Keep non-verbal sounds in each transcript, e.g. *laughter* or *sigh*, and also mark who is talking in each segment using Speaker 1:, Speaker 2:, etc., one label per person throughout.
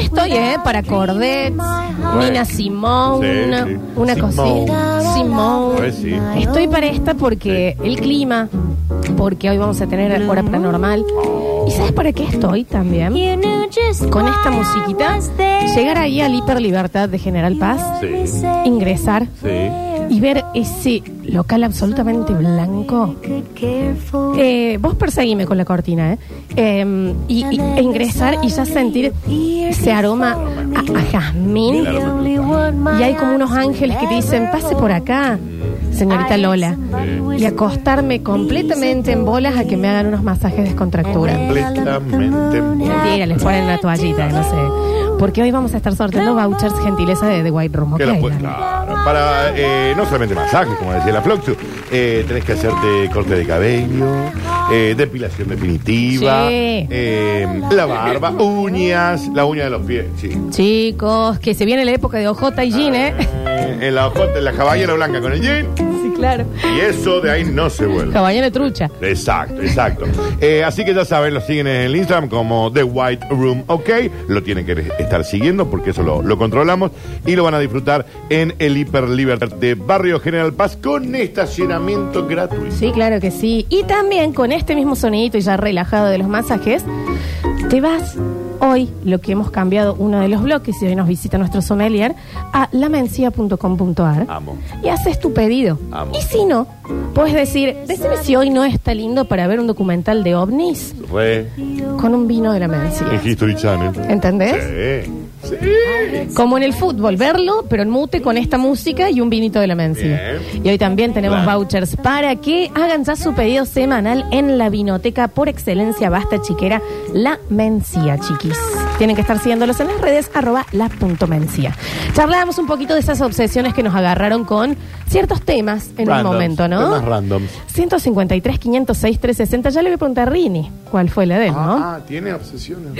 Speaker 1: estoy, ¿eh? Para Cordet, Nina Simón,
Speaker 2: Sí,
Speaker 1: una,
Speaker 2: sí.
Speaker 1: una
Speaker 2: Simón.
Speaker 1: cosita. Simón.
Speaker 2: Pues sí.
Speaker 1: Estoy para esta porque el clima, porque hoy vamos a tener hora paranormal. ¿Y sabes para qué estoy también? Con esta musiquita, llegar ahí al Hiperlibertad de General Paz,
Speaker 2: Sí.
Speaker 1: ingresar
Speaker 2: Sí.
Speaker 1: y ver ese local absolutamente blanco. Eh, vos perseguime con la cortina, ¿eh? Eh, y, y- e ingresar y ya sentir ese aroma a, a jazmín. Y hay como unos ángeles que te dicen, pase por acá, señorita Lola. Y acostarme completamente en bolas a que me hagan unos masajes de descontractura.
Speaker 2: Completamente.
Speaker 1: Mentira, les ponen la toallita, no sé. Porque hoy vamos a estar sorteando vouchers gentileza de The White Room.
Speaker 2: Que
Speaker 1: ¿ok?
Speaker 2: la Ah. puedes- claro, para eh, no solamente masajes, como decía la Floxu, eh, tenés que hacerte corte de cabello, eh, depilación definitiva,
Speaker 1: Sí.
Speaker 2: eh, la barba, uñas, la uña de los pies, sí.
Speaker 1: Chicos, que se viene la época de OJ y Jean, ¿eh?
Speaker 2: Eh, en la, ojota, en la caballera blanca con el jean,
Speaker 1: *laughs* Sí, claro.
Speaker 2: y eso de ahí no se vuelve.
Speaker 1: Caballero trucha.
Speaker 2: Exacto, exacto. Eh, así que ya saben, lo siguen en el Instagram como The White Room, ok. Lo tienen que estar siguiendo porque eso lo, lo controlamos y lo van a disfrutar en el Hiper Libertad de Barrio General Paz con estacionamiento gratuito.
Speaker 1: Sí, claro que sí. Y también con este mismo sonidito y ya relajado de los masajes, te vas hoy, lo que hemos cambiado uno de los bloques y hoy nos visita nuestro sommelier, a lamencia.com.ar
Speaker 2: Amo.
Speaker 1: y haces tu pedido.
Speaker 2: Amo.
Speaker 1: Y si no, puedes decir, decime si hoy no está lindo para ver un documental de ovnis
Speaker 2: Re
Speaker 1: con un vino de la mencia.
Speaker 2: en History Channel.
Speaker 1: ¿Entendés?
Speaker 2: Sí. Sí.
Speaker 1: Como en el fútbol, verlo, pero en mute con esta música y un vinito de la Mencia.
Speaker 2: Bien.
Speaker 1: Y hoy también tenemos
Speaker 2: Claro.
Speaker 1: vouchers para que hagan ya su pedido semanal en la vinoteca por excelencia basta chiquera, la Mencia, chiquis. Tienen que estar siguiéndolos en las redes, arroba la punto mencia. Charlábamos un poquito de esas obsesiones que nos agarraron con ciertos temas en
Speaker 2: Randoms,
Speaker 1: un momento, ¿no?
Speaker 2: temas randoms.
Speaker 1: 153, 506, 360. Ya le voy a preguntar a Rini cuál fue la de él, ¿no?
Speaker 2: Ah, tiene obsesiones.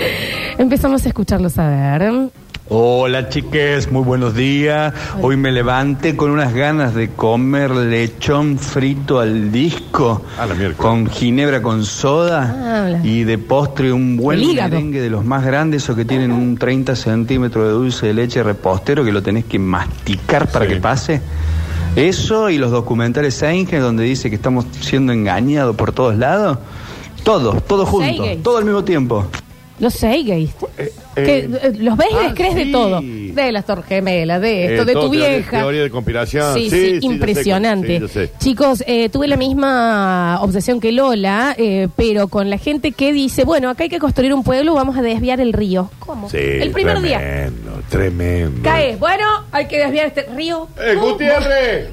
Speaker 1: Empezamos a escucharlos a ver.
Speaker 3: Hola chiques, muy buenos días. Hoy me levanté con unas ganas de comer lechón frito al disco
Speaker 2: A la miércoles.
Speaker 3: con ginebra con
Speaker 1: Ah,
Speaker 3: soda
Speaker 1: la-
Speaker 3: y de postre un buen
Speaker 1: El hígado.
Speaker 3: merengue de los más grandes o que tienen un 30 centímetros de dulce de leche repostero que lo tenés que masticar para
Speaker 2: Sí.
Speaker 3: que pase. Eso y los documentales Einstein donde dice que estamos siendo engañados por todos lados. Todos, todos juntos,
Speaker 1: Seigel.
Speaker 3: todo al mismo tiempo.
Speaker 1: Los Seigeis.
Speaker 2: Eh,
Speaker 1: Que,
Speaker 2: eh,
Speaker 1: eh, los ves y
Speaker 2: ah,
Speaker 1: les crees de
Speaker 2: sí.
Speaker 1: todo. De las torgemelas, de esto,
Speaker 2: Eh,
Speaker 1: de
Speaker 2: todo
Speaker 1: tu
Speaker 2: teoría-
Speaker 1: vieja.
Speaker 2: teoría de conspiración. Sí,
Speaker 1: Sí, sí,
Speaker 2: sí, yo sé,
Speaker 1: impresionante.
Speaker 2: sí, yo sé.
Speaker 1: Chicos, eh, tuve la misma obsesión que Lola, eh, pero con la gente que dice, bueno, acá hay que construir un pueblo, vamos a desviar el río. ¿Cómo?
Speaker 2: sí,
Speaker 1: el primer día.
Speaker 2: Tremendo, tremendo.
Speaker 1: Caes, bueno, hay que desviar este río.
Speaker 2: Eh,
Speaker 1: ¿Cómo?
Speaker 2: Gutiérrez,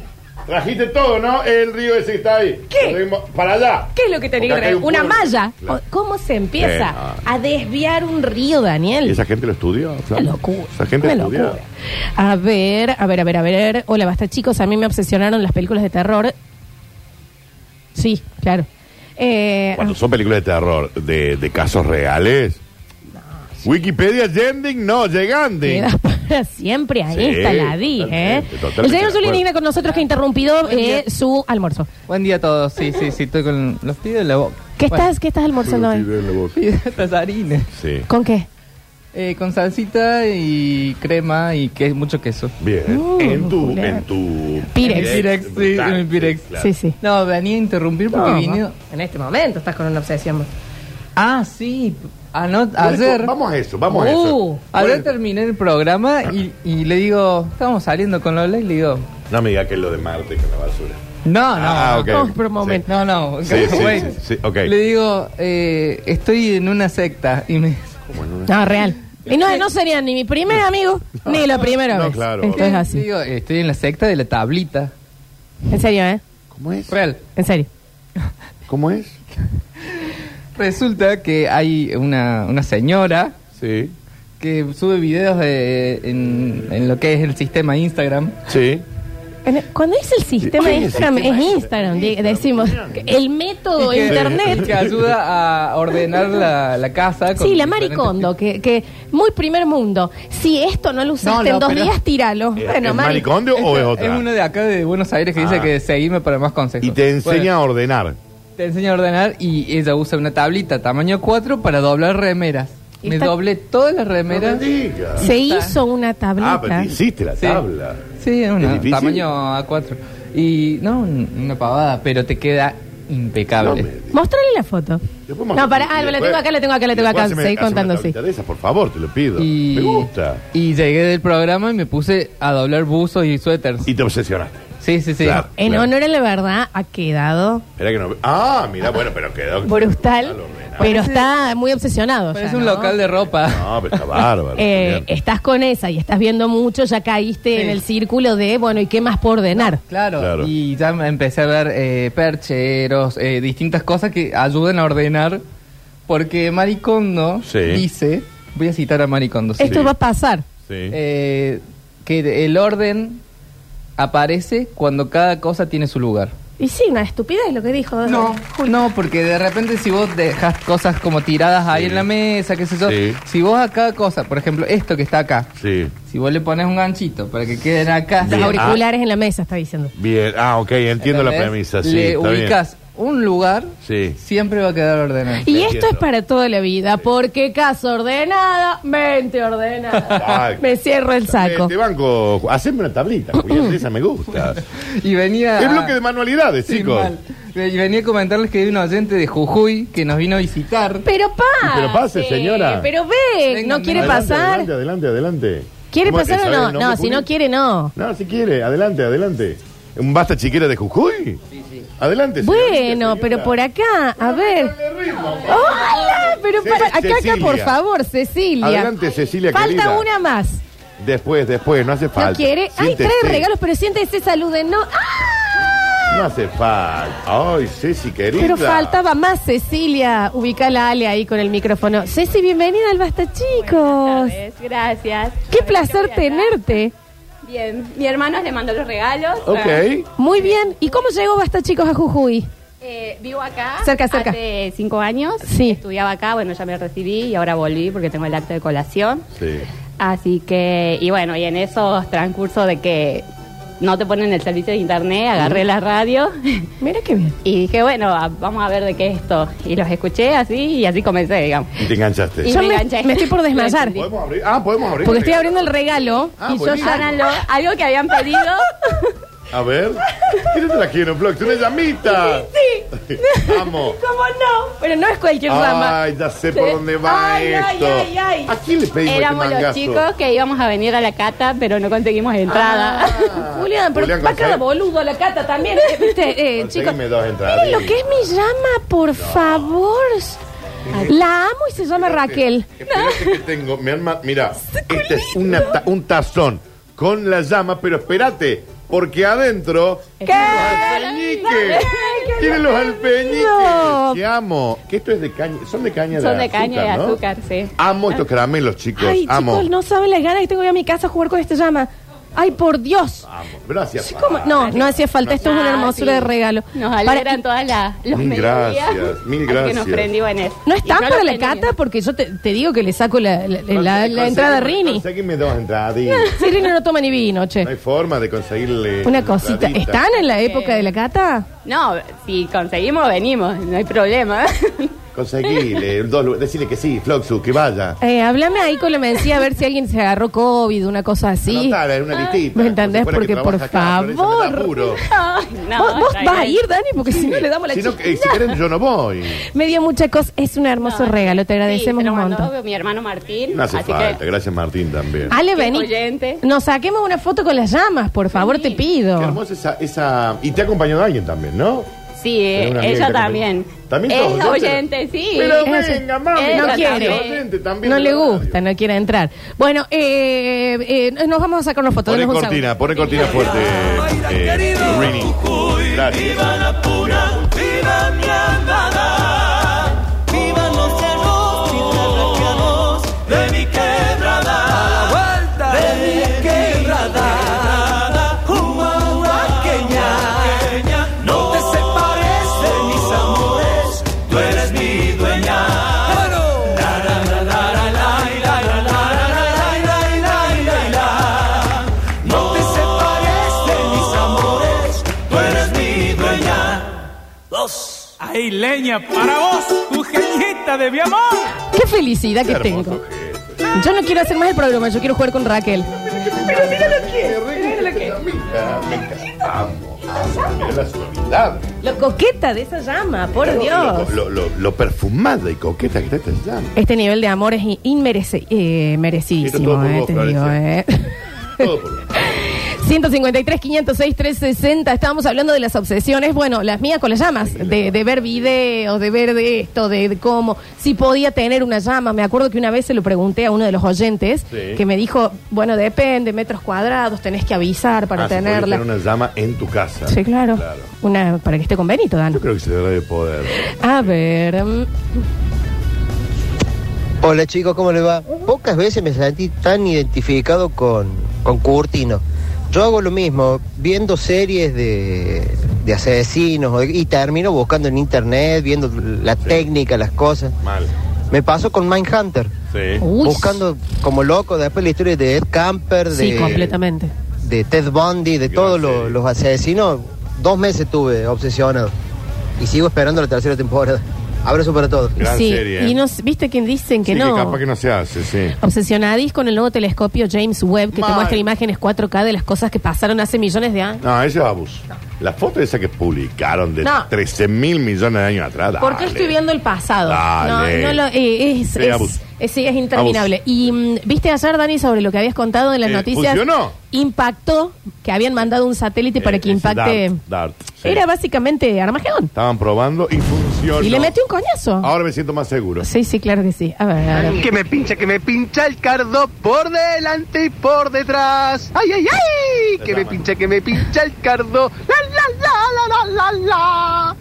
Speaker 2: trajiste todo, ¿no? El río ese que está ahí.
Speaker 1: ¿Qué?
Speaker 2: Lo mismo, Para allá.
Speaker 1: ¿Qué es lo que tenía que
Speaker 2: Porque acá hay
Speaker 1: traer?
Speaker 2: un
Speaker 1: Una
Speaker 2: pueblo.
Speaker 1: malla.
Speaker 2: Claro.
Speaker 1: ¿Cómo se
Speaker 2: Eh,
Speaker 1: empieza
Speaker 2: no.
Speaker 1: a desviar un río, Daniel?
Speaker 2: ¿Y esa gente lo estudió?
Speaker 1: Una
Speaker 2: Flavio?
Speaker 1: locura.
Speaker 2: Esa gente
Speaker 1: una
Speaker 2: lo estudió.
Speaker 1: locura. A ver, a ver, a ver, a ver. Hola, basta chicos. A mí me obsesionaron las películas de terror. Sí, claro. Eh,
Speaker 2: Cuando son películas de terror de, de casos reales. Wikipedia Yending, no, llegando.
Speaker 1: Quedas para siempre ahí,
Speaker 2: Sí,
Speaker 1: está la di, ¿eh?
Speaker 2: totalmente, totalmente
Speaker 1: El
Speaker 2: de
Speaker 1: señor Juli
Speaker 2: acuerdo.
Speaker 1: Nigna con nosotros que ha interrumpido
Speaker 4: Buen día.
Speaker 1: eh, su almuerzo.
Speaker 4: Buen día a todos. Sí, sí, sí, estoy con los pibes de la boca. *laughs*
Speaker 1: ¿Qué
Speaker 4: Bueno,
Speaker 1: estás, qué estás almorzando hoy?
Speaker 4: Fideos harines.
Speaker 2: Sí.
Speaker 1: ¿Con qué?
Speaker 4: Eh, con salsita y crema y que, mucho queso.
Speaker 2: Bien.
Speaker 1: Mm,
Speaker 2: en tu.
Speaker 1: Julián.
Speaker 2: En tu.
Speaker 1: Pirex.
Speaker 4: Pirex, sí,
Speaker 2: brutal,
Speaker 4: en el Pirex.
Speaker 2: claro.
Speaker 1: Sí, sí.
Speaker 4: No, venía a interrumpir porque vino.
Speaker 1: En este momento estás con una obsesión.
Speaker 4: Ah, sí. ano-
Speaker 2: Vamos-
Speaker 4: ayer.
Speaker 2: Vamos a eso, vamos a
Speaker 1: Uh,
Speaker 2: eso.
Speaker 4: Ayer
Speaker 2: Bueno,
Speaker 4: terminé el programa y, y le digo, estábamos saliendo con Lola y le digo,
Speaker 2: No me digas que es lo de Marte con la basura.
Speaker 4: no, no,
Speaker 2: Ah,
Speaker 4: no,
Speaker 2: ok.
Speaker 1: No, pero un momento.
Speaker 4: no, no,
Speaker 2: Sí,
Speaker 4: *laughs*
Speaker 2: sí,
Speaker 4: wait.
Speaker 2: sí, sí, ok.
Speaker 4: Le digo, eh, estoy en una secta y me
Speaker 1: No, real. Y no, no serían ni mi
Speaker 2: *laughs*
Speaker 1: primer amigo, ni la primera
Speaker 2: No,
Speaker 1: vez.
Speaker 2: claro.
Speaker 1: Esto es
Speaker 4: Le
Speaker 1: así.
Speaker 4: digo, estoy en la secta de la tablita.
Speaker 1: En serio, ¿eh?
Speaker 2: ¿Cómo es?
Speaker 4: Real.
Speaker 1: En serio.
Speaker 2: ¿Cómo es?
Speaker 4: Resulta que hay una, una señora
Speaker 2: Sí.
Speaker 4: que sube videos de- en, en lo que es el sistema Instagram.
Speaker 2: Sí.
Speaker 1: En- Cuando dice el sistema
Speaker 2: Sí,
Speaker 1: de
Speaker 2: el
Speaker 1: Instagram,
Speaker 2: sistema
Speaker 1: es
Speaker 2: de-
Speaker 1: Instagram, di- decimos, el método
Speaker 4: Y que- y Que
Speaker 1: internet.
Speaker 4: ayuda a ordenar la, la casa. con
Speaker 1: Sí, la
Speaker 4: diferentes
Speaker 1: maricondo, que, que muy primer mundo. Si esto no lo usaste
Speaker 4: No, no,
Speaker 1: en dos
Speaker 4: pero-
Speaker 1: días, tíralo. Bueno,
Speaker 2: ¿Es
Speaker 1: Mari.
Speaker 2: maricondio
Speaker 4: tipos.
Speaker 2: o es
Speaker 4: Esta
Speaker 2: otra?
Speaker 4: Es uno de acá de Buenos Aires que
Speaker 2: Ah.
Speaker 4: dice que seguime para más consejos.
Speaker 2: Y te enseña
Speaker 4: Bueno,
Speaker 2: a ordenar.
Speaker 4: te enseña a ordenar y ella usa una tablita tamaño 4 para doblar remeras. Me
Speaker 1: Está-
Speaker 4: doblé toda la remera.
Speaker 2: No me digas.
Speaker 1: Se
Speaker 4: Está.
Speaker 1: hizo una tableta.
Speaker 2: Ah, pero te hiciste la
Speaker 4: Sí.
Speaker 2: tabla.
Speaker 4: Sí, es
Speaker 2: ¿Es
Speaker 4: una
Speaker 2: difícil?
Speaker 4: tamaño A4. Y no, un- una pavada, pero te queda impecable.
Speaker 2: No me-
Speaker 1: Mostrarle la foto.
Speaker 2: Después
Speaker 1: No,
Speaker 2: más-
Speaker 1: para, ah, la
Speaker 2: después-
Speaker 1: tengo acá, la tengo acá, la tengo
Speaker 2: después
Speaker 1: acá.
Speaker 2: haceme-
Speaker 1: Seguí
Speaker 2: haceme
Speaker 1: contando,
Speaker 2: una
Speaker 1: sí.
Speaker 2: tablita de esas, por favor, te lo pido.
Speaker 4: Y,
Speaker 2: Me gusta.
Speaker 4: Y llegué del programa y me puse a doblar buzos y suéteres.
Speaker 2: Y te obsesionaste.
Speaker 4: Sí, sí, sí.
Speaker 2: Claro.
Speaker 1: En honor a la verdad, ha quedado
Speaker 2: Esperá que no. Ah, mira, bueno, pero quedó.
Speaker 1: brutal,
Speaker 2: Fenomenal.
Speaker 1: pero
Speaker 4: Parece-
Speaker 1: está muy obsesionado.
Speaker 4: Parece
Speaker 1: ya,
Speaker 4: un
Speaker 1: ¿no?
Speaker 4: local de ropa.
Speaker 2: No, pero está bárbaro.
Speaker 1: Eh,
Speaker 2: Julián.
Speaker 1: estás con esa y estás viendo mucho, ya caíste
Speaker 4: Sí.
Speaker 1: en el círculo de, bueno, ¿y qué más por ordenar?
Speaker 4: Claro,
Speaker 2: Claro.
Speaker 4: y ya me empecé a ver eh, percheros, eh, distintas cosas que ayudan a ordenar, porque Maricondo
Speaker 2: Sí.
Speaker 4: dice, voy a citar a Maricondo, sí,
Speaker 1: Esto va a pasar.
Speaker 2: Sí.
Speaker 4: eh, que el orden aparece cuando cada cosa tiene su lugar.
Speaker 1: Y sí, una estupidez lo que dijo.
Speaker 4: No, no, porque de repente si vos dejas cosas como tiradas ahí
Speaker 2: Sí.
Speaker 4: en la mesa, qué sé yo,
Speaker 2: Sí.
Speaker 4: si vos a cada cosa, por ejemplo, esto que está acá,
Speaker 2: sí.
Speaker 4: si vos le pones un ganchito para que queden acá,
Speaker 1: Los
Speaker 2: Bien.
Speaker 1: auriculares en la mesa, está diciendo.
Speaker 2: Bien. Ah, ok, entiendo la
Speaker 4: ¿entendés?
Speaker 2: premisa. Sí,
Speaker 4: le
Speaker 2: está bien.
Speaker 4: ubicas un lugar,
Speaker 2: Sí.
Speaker 4: siempre va a quedar ordenado.
Speaker 1: Y
Speaker 2: Entiendo.
Speaker 1: esto es para toda la vida, porque casa ordenada, mente ordenada.
Speaker 2: Ay.
Speaker 1: Me cierro el
Speaker 2: Eh,
Speaker 1: saco.
Speaker 2: Te banco, haceme una tablita,
Speaker 1: *laughs*
Speaker 2: Julián, esa me gusta.
Speaker 4: Y venía.
Speaker 2: Es
Speaker 1: Ah.
Speaker 2: bloque de manualidades,
Speaker 4: Sí,
Speaker 2: chicos.
Speaker 4: mal. Y venía a comentarles que hay un oyente de Jujuy que nos vino a visitar.
Speaker 1: Pero pase,
Speaker 2: Pero pase, señora.
Speaker 1: Pero ve,
Speaker 4: Venga,
Speaker 1: no quiere
Speaker 4: venga.
Speaker 2: Adelante,
Speaker 1: pasar.
Speaker 2: Adelante, adelante, adelante.
Speaker 1: ¿Quiere
Speaker 2: ¿Cómo es?
Speaker 1: pasar o
Speaker 2: ¿Sabe el
Speaker 1: no?
Speaker 2: nombre,
Speaker 1: No, si
Speaker 2: Julián?
Speaker 1: no quiere, no.
Speaker 2: No, si quiere, adelante, adelante. ¿Un basta chiquera de Jujuy? Sí, sí. Adelante. señorita,
Speaker 1: Bueno,
Speaker 2: señora.
Speaker 1: pero por acá, a
Speaker 2: No,
Speaker 1: ver. Oh.
Speaker 2: dale ritmo, por favor.
Speaker 1: ¡Hola! Pero
Speaker 2: Ce-
Speaker 1: para, acá, acá,
Speaker 2: Cecilia.
Speaker 1: por favor, Cecilia.
Speaker 2: Adelante, Cecilia,
Speaker 1: Falta
Speaker 2: querida.
Speaker 1: una más.
Speaker 2: Después, después, no hace falta.
Speaker 1: ¿No quiere? Ay,
Speaker 2: Siéntese.
Speaker 1: trae regalos, pero siéntese, saluden. No. ¡Ah!
Speaker 2: No hace falta. Ay, Ceci, querida.
Speaker 1: Pero faltaba más, Cecilia. Ubicala, Ale, ahí con el micrófono. Ceci, bienvenida al Basta, chicos.
Speaker 5: tardes, gracias.
Speaker 1: Qué
Speaker 5: Bueno,
Speaker 1: placer
Speaker 5: acá.
Speaker 1: tenerte.
Speaker 5: Bien, mi hermano le mandó los regalos. Ah,
Speaker 2: Ok.
Speaker 1: Muy bien. ¿Y cómo llegó Basta, chicos, a Jujuy?
Speaker 5: Eh, vivo acá.
Speaker 1: Cerca, cerca.
Speaker 5: Hace cinco años.
Speaker 1: Sí.
Speaker 5: Estudiaba acá, bueno, ya me recibí y ahora volví porque tengo el acto de colación.
Speaker 2: Sí.
Speaker 5: Así que, y bueno, y en esos transcurso de que no te ponen el servicio de internet, agarré la radio *laughs*
Speaker 1: Mira qué bien.
Speaker 5: y dije, bueno, a- vamos a ver de qué es esto. Y los escuché así y así comencé, digamos.
Speaker 2: Y te enganchaste.
Speaker 5: Y
Speaker 1: Yo
Speaker 5: me
Speaker 1: me-
Speaker 5: enganché.
Speaker 1: me estoy por
Speaker 5: Lo *laughs*
Speaker 1: desmayar.
Speaker 5: entendí.
Speaker 2: ¿Podemos abrir? Ah, podemos abrir.
Speaker 1: Porque estoy abriendo el regalo
Speaker 2: Ah,
Speaker 1: y yo
Speaker 2: buenísimo.
Speaker 1: ya...
Speaker 5: Háganlo. Algo que
Speaker 2: *laughs*
Speaker 5: habían pedido.
Speaker 2: A
Speaker 1: *laughs*
Speaker 2: ver. ¿Quién te la quiero, Flox? ¡Una llamita!
Speaker 1: Sí.
Speaker 2: *laughs* Vamos.
Speaker 1: ¿Cómo no? Pero no es cualquier rama.
Speaker 2: Ay, ya sé por dónde va
Speaker 5: Ay, ay,
Speaker 2: esto.
Speaker 5: ay, ay.
Speaker 2: ¿A quién le pedimos este
Speaker 5: Éramos los
Speaker 2: mangazo?
Speaker 5: chicos que íbamos a venir a la cata, pero no conseguimos entrada.
Speaker 2: Ah.
Speaker 1: Julián, pero
Speaker 2: Julián,
Speaker 1: va cada
Speaker 2: conseguí-
Speaker 1: boludo a la cata también. eh, ¿viste? Eh, chicos,
Speaker 2: Conseguime dos entradas.
Speaker 1: miren lo que es mi llama, por favor. La amo y se llama Raquel.
Speaker 2: Espérate que tengo, mi alma,
Speaker 1: *laughs*
Speaker 2: mira, este es una ta- un tazón con la llama, pero espérate, porque adentro tienen los alpeñiques. Tienen los alpeñiques. Te amo. Que esto es de caña, son de caña
Speaker 5: Son
Speaker 2: de,
Speaker 5: de caña de
Speaker 2: ¿no?
Speaker 5: azúcar, sí.
Speaker 2: Amo estos caramelos, chicos.
Speaker 1: Ay,
Speaker 2: amo.
Speaker 1: chicos, no saben las ganas que tengo de ir a mi casa a jugar con esta llama. Ay, por Dios.
Speaker 2: Amo. Gracias.
Speaker 1: Sí, ¿cómo? No, no hacía falta. este Esto es una
Speaker 5: Ah,
Speaker 1: hermosura
Speaker 5: sí.
Speaker 1: de regalo.
Speaker 5: Nos
Speaker 1: Para-
Speaker 5: alegran todas las los
Speaker 2: Mil
Speaker 5: mediodías.
Speaker 2: gracias, mil
Speaker 5: Así Que
Speaker 2: gracias.
Speaker 5: nos prendimos en eso.
Speaker 1: No
Speaker 5: Y
Speaker 1: estás para
Speaker 5: lo
Speaker 1: la
Speaker 5: tenía.
Speaker 1: cata porque yo te, te digo que le saco la, la- la- la entrada a Rini.
Speaker 2: Sáquenme dos entradas.
Speaker 1: *laughs* Sí, Rini no toma ni vino, che.
Speaker 2: No hay forma de conseguirle.
Speaker 1: Una cosita.
Speaker 2: entradita.
Speaker 1: ¿Están en la época de la cata?
Speaker 5: No, si conseguimos, venimos. No hay problema. *laughs*
Speaker 1: *laughs*
Speaker 2: Conseguirle dos lugares. Decirle que sí, Floxu, que vaya.
Speaker 1: Eh, háblame ahí con la mencía a ver si alguien se agarró COVID, una cosa así.
Speaker 2: Anotala en una listita.
Speaker 1: Ah, ¿Me entendés?
Speaker 2: como si fuera que
Speaker 1: Porque, por
Speaker 2: trabaja acá, Florencia, me da
Speaker 1: favor.
Speaker 2: apuro.
Speaker 5: Ay, no,
Speaker 1: ¿Vos, vos
Speaker 5: está
Speaker 1: vas a
Speaker 5: bien.
Speaker 1: ir, Dani? Porque si no le damos *laughs* la
Speaker 2: Si, no,
Speaker 1: chica.
Speaker 2: eh, si quieren, yo no
Speaker 1: *laughs*
Speaker 2: voy.
Speaker 1: Me dio mucha cosa. Es un hermoso regalo. Te
Speaker 5: Sí,
Speaker 1: agradecemos
Speaker 5: se lo
Speaker 1: un
Speaker 5: mandó
Speaker 1: montón.
Speaker 5: Mi hermano Martín.
Speaker 2: No hace
Speaker 5: así
Speaker 2: falta. eh.
Speaker 5: que
Speaker 2: Gracias, Martín, también.
Speaker 1: Ale, vení.
Speaker 5: oyente.
Speaker 1: Nos saquemos una foto con las llamas, por favor, te
Speaker 2: Qué
Speaker 1: pido.
Speaker 2: hermosa esa, esa. Y te ha acompañado alguien también, ¿no?
Speaker 5: Sí,
Speaker 2: Tenés una amiga
Speaker 5: eh,
Speaker 2: que
Speaker 5: ella
Speaker 2: te
Speaker 5: también.
Speaker 2: acompaña. También sos
Speaker 5: Es
Speaker 2: oyente.
Speaker 5: oyente, sí.
Speaker 2: Pero
Speaker 1: Ella sí.
Speaker 2: venga, mami.
Speaker 5: Ella
Speaker 1: No
Speaker 2: sos
Speaker 5: quiere.
Speaker 2: oyente también
Speaker 1: No
Speaker 2: de
Speaker 1: le
Speaker 2: la radio.
Speaker 1: gusta, no quiere entrar. Bueno, eh, eh, nos vamos a sacar una foto.
Speaker 2: Poné
Speaker 1: denos un
Speaker 2: cortina, poné cortina fuerte. eh, Rini. Gracias.
Speaker 6: Viva la puna, viva mi andada, viva los cerros y terraquianos de mi quebrada, vuelta de mi quebrada, humahuaqueña, no te separes de mis amores, tú eres mi dueña. La, la, la, la, la, la, la, la, la, la, la, la, la. No te separes de mis amores, tú eres mi dueña. Dos.
Speaker 7: Hay leña para vos, tu genjita de mi amor.
Speaker 1: ¡Qué Qué felicidad que
Speaker 2: Qué hermoso
Speaker 1: tengo.
Speaker 2: que es.
Speaker 1: Yo no quiero hacer más el programa, yo quiero jugar con Raquel.
Speaker 2: Pero mira lo que es, mira lo que es. Mira, mira, amo, amo, mira la suavidad.
Speaker 1: Lo coqueta de esa llama, por
Speaker 2: Lo-
Speaker 1: Dios.
Speaker 2: Lo, lo- lo perfumada y coqueta que está esta llama.
Speaker 1: Este nivel de amor es in- inmerece- eh,
Speaker 2: Esto todo
Speaker 1: merecidísimo,
Speaker 2: por
Speaker 1: eh,
Speaker 2: vos,
Speaker 1: te digo, eh.
Speaker 2: Florencia. Todo
Speaker 1: *laughs*
Speaker 2: por
Speaker 1: 153, 506, 360. Estábamos hablando de las obsesiones. Bueno, las mías con las llamas. De, de ver videos, de ver de esto, de, de cómo. Si podía tener una llama. Me acuerdo que una vez se lo pregunté a uno de los oyentes
Speaker 2: Sí.
Speaker 1: que me dijo: Bueno, depende, metros cuadrados, tenés que avisar para
Speaker 2: Ah, si podés
Speaker 1: tenerla.
Speaker 2: tener una llama en tu casa.
Speaker 1: Sí, claro. Una, para que esté con Benito, Dan.
Speaker 2: Yo creo que se debe de poder.
Speaker 1: A ver. mm,
Speaker 7: Hola chicos, ¿cómo les va? Pocas veces me sentí tan identificado con, con Curtino. Yo hago lo mismo, viendo series de, de asesinos o de- y termino buscando en internet, viendo la técnica, las cosas.
Speaker 2: Mal.
Speaker 7: Me paso con Mindhunter,
Speaker 2: Sí.
Speaker 1: Uy.
Speaker 7: buscando como loco después la historia de Ed Camper,
Speaker 1: Sí,
Speaker 7: de,
Speaker 1: completamente.
Speaker 7: de Ted Bundy, de
Speaker 2: Gran
Speaker 7: todos
Speaker 2: serie.
Speaker 7: los, los asesinos. Dos meses tuve obsesionado y sigo esperando la tercera temporada. Abrazo para todos.
Speaker 2: Gran
Speaker 1: sí.
Speaker 2: serie, ¿eh?
Speaker 1: Y no, viste que dicen que
Speaker 2: Sí,
Speaker 1: no.
Speaker 2: capaz que no se hace, sí.
Speaker 1: Obsesionadís con el nuevo telescopio James Webb que
Speaker 2: Mal.
Speaker 1: te muestra imágenes 4K de las cosas que pasaron hace millones de años.
Speaker 2: No, ese es abuso. La foto esa que publicaron de
Speaker 1: No.
Speaker 2: 13 mil millones de años atrás.
Speaker 1: ¿Por qué
Speaker 2: dale.
Speaker 1: estoy viendo el pasado?
Speaker 2: Dale.
Speaker 1: No, no lo, eh, es,
Speaker 2: Sí,
Speaker 1: es-
Speaker 2: abuso.
Speaker 1: es- sí, es interminable. Y mm, viste ayer, Dani, sobre lo que habías contado en las
Speaker 2: Eh,
Speaker 1: noticias.
Speaker 2: ¿funcionó?
Speaker 1: Impactó que habían mandado un satélite para
Speaker 2: Eh,
Speaker 1: que
Speaker 2: ese
Speaker 1: impacte.
Speaker 2: Dart, Dart, sí.
Speaker 1: Era básicamente Armagedón.
Speaker 2: Estaban probando y funcionó.
Speaker 1: Y le metió un coñazo.
Speaker 2: Ahora me siento más seguro.
Speaker 1: Sí, sí, claro que sí. A ver, a ver.
Speaker 8: Que me pincha, que me pincha el cardo por delante y por detrás. ¡Ay, ay, ay! Que me pincha, que me pincha el cardo. ¡La, la, la, la, la, la, la!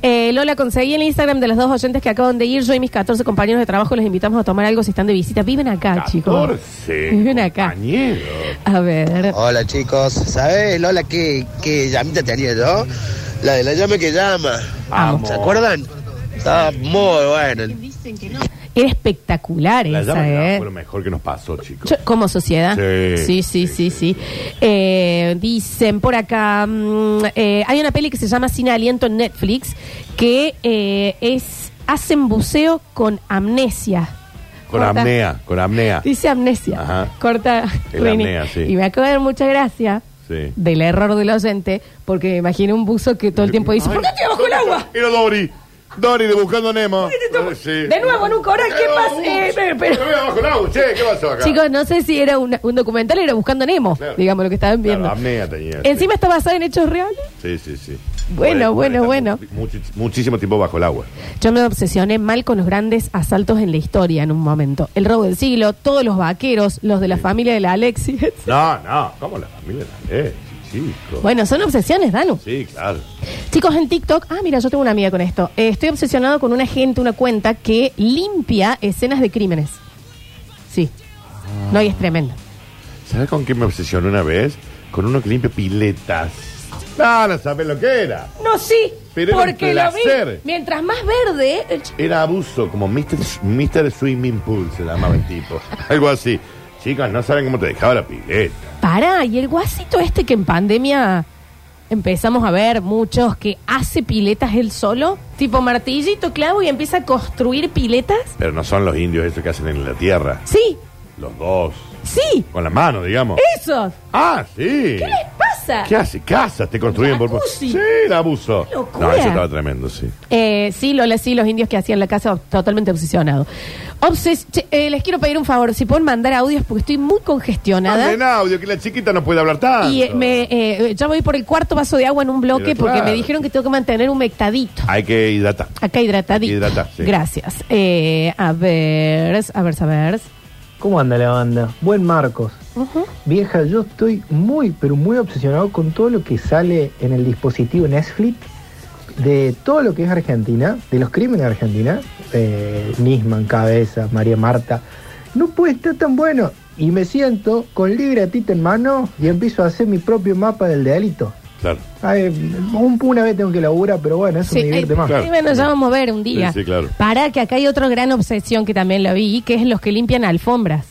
Speaker 1: Eh, Lola, conseguí el Instagram de los dos oyentes que acaban de ir. Yo y mis 14 compañeros de trabajo les invitamos a tomar algo si están de visita. Viven acá, ah, chicos.
Speaker 2: 14
Speaker 1: Viven acá.
Speaker 2: compañeros.
Speaker 1: A ver.
Speaker 7: Hola chicos, ¿sabes Lola qué, qué llamita tenía yo? La de la llama que llama.
Speaker 2: Amo.
Speaker 7: ¿Se acuerdan? Estaba muy bueno.
Speaker 1: Era espectacular
Speaker 2: La
Speaker 1: esa,
Speaker 2: llama que
Speaker 1: ¿eh?
Speaker 2: fue lo mejor que nos pasó, chicos.
Speaker 1: Yo- como sociedad.
Speaker 2: Sí,
Speaker 1: Sí, sí, sí, sí. Eh, dicen por acá, mm, eh, hay una peli que se llama Sin Aliento en Netflix, que eh, es, hacen buceo con amnesia.
Speaker 2: Con
Speaker 1: Corta.
Speaker 2: apnea, con apnea.
Speaker 1: Dice amnesia.
Speaker 2: Ajá.
Speaker 1: Corta.
Speaker 2: El
Speaker 1: Rini.
Speaker 2: apnea, sí.
Speaker 1: Y me acaba de dar mucha gracia
Speaker 2: Sí.
Speaker 1: del error del oyente, porque me imagino un buzo que todo el tiempo dice, ¿por qué estoy bajo el agua?
Speaker 2: Era Dory. Dory de Buscando Nemo. Sí. uh,
Speaker 1: De nuevo en un coral, ¿qué pasa? Eh, pero- pero-
Speaker 2: Me voy abajo el agua, che, ¿qué pasó acá?
Speaker 1: Chicos, no sé si era una- un documental, era buscando Nemo,
Speaker 2: Claro.
Speaker 1: digamos lo que estaban
Speaker 2: Claro,
Speaker 1: viendo.
Speaker 2: apnea tenía. sí.
Speaker 1: Encima está basada en hechos reales.
Speaker 2: Sí, sí, sí.
Speaker 1: Bueno, bueno,
Speaker 2: estar muchi- muchísimo tiempo bajo el agua.
Speaker 1: Yo me obsesioné mal con los grandes asaltos en la historia en un momento. El robo del siglo, todos los vaqueros, los de la familia de la Alexis. *laughs*
Speaker 2: No, no, como la familia de la chicos.
Speaker 1: Bueno, son obsesiones, Danu.
Speaker 2: Sí, claro.
Speaker 1: Chicos, en TikTok, ah, mira, yo tengo una amiga con esto. Eh, estoy obsesionado con una gente, una cuenta que limpia escenas de crímenes. Sí. No, y es tremendo.
Speaker 2: ¿Sabes con qué me obsesioné una vez? Con uno que limpia piletas. Ah, No, no sabes lo que era.
Speaker 1: No, sí.
Speaker 2: Pero era un porque lo vi. placer.
Speaker 1: Mientras más verde,
Speaker 2: Era abuso, como Mr. Sh- Mr. Swimming Pool se llamaba el tipo. *laughs* Algo así. Chicas, no saben cómo te dejaba la pileta.
Speaker 1: Pará, y el guasito este que en pandemia empezamos a ver muchos que hace piletas él solo, tipo martillito, clavo y empieza a construir piletas.
Speaker 2: Pero no son los indios esos que hacen en la tierra.
Speaker 1: Sí,
Speaker 2: Los dos.
Speaker 1: sí,
Speaker 2: Con la mano, digamos.
Speaker 1: esos.
Speaker 2: Ah, sí.
Speaker 1: ¿Eh? ¿Qué les pasa?
Speaker 2: ¿Qué hace? Casas te construyen por...
Speaker 1: Jacuzzi.
Speaker 2: Sí, el abuso.
Speaker 1: ¡Qué locura!
Speaker 2: No, eso estaba tremendo, sí.
Speaker 1: Eh, sí, Lola, sí, los indios que hacían la casa totalmente obsesionado. Obses che, eh, les quiero pedir un favor, si pueden mandar audios porque estoy muy congestionada.
Speaker 2: Manden audio, que la chiquita no puede hablar tanto.
Speaker 1: Y eh, me, eh, ya voy por el cuarto vaso de agua en un bloque
Speaker 2: Pero
Speaker 1: porque me
Speaker 2: claro.
Speaker 1: dijeron que tengo que mantener humectadito.
Speaker 2: Hay que hidratar.
Speaker 1: Acá hidratadito.
Speaker 2: Hidratar, sí.
Speaker 1: Gracias. Eh, a ver, a ver, a ver.
Speaker 9: ¿Cómo anda la banda? Buen Marcos. Vieja, yo estoy muy, pero muy obsesionado con todo lo que sale en el dispositivo Netflix de todo lo que es Argentina, de los crímenes de Argentina. Eh, Nisman, Cabeza, María Marta. No puede estar tan bueno. Y me siento con libretita en mano y empiezo a hacer mi propio mapa del delito.
Speaker 2: Claro.
Speaker 9: Ay, un, una vez tengo que laburar, pero bueno, eso
Speaker 1: Sí,
Speaker 9: me divierte
Speaker 1: eh,
Speaker 9: más.
Speaker 1: sí, bueno, ya vamos a ver un día.
Speaker 2: Sí, sí, claro.
Speaker 1: Para que acá hay otra gran obsesión que también la vi, que es los que limpian alfombras.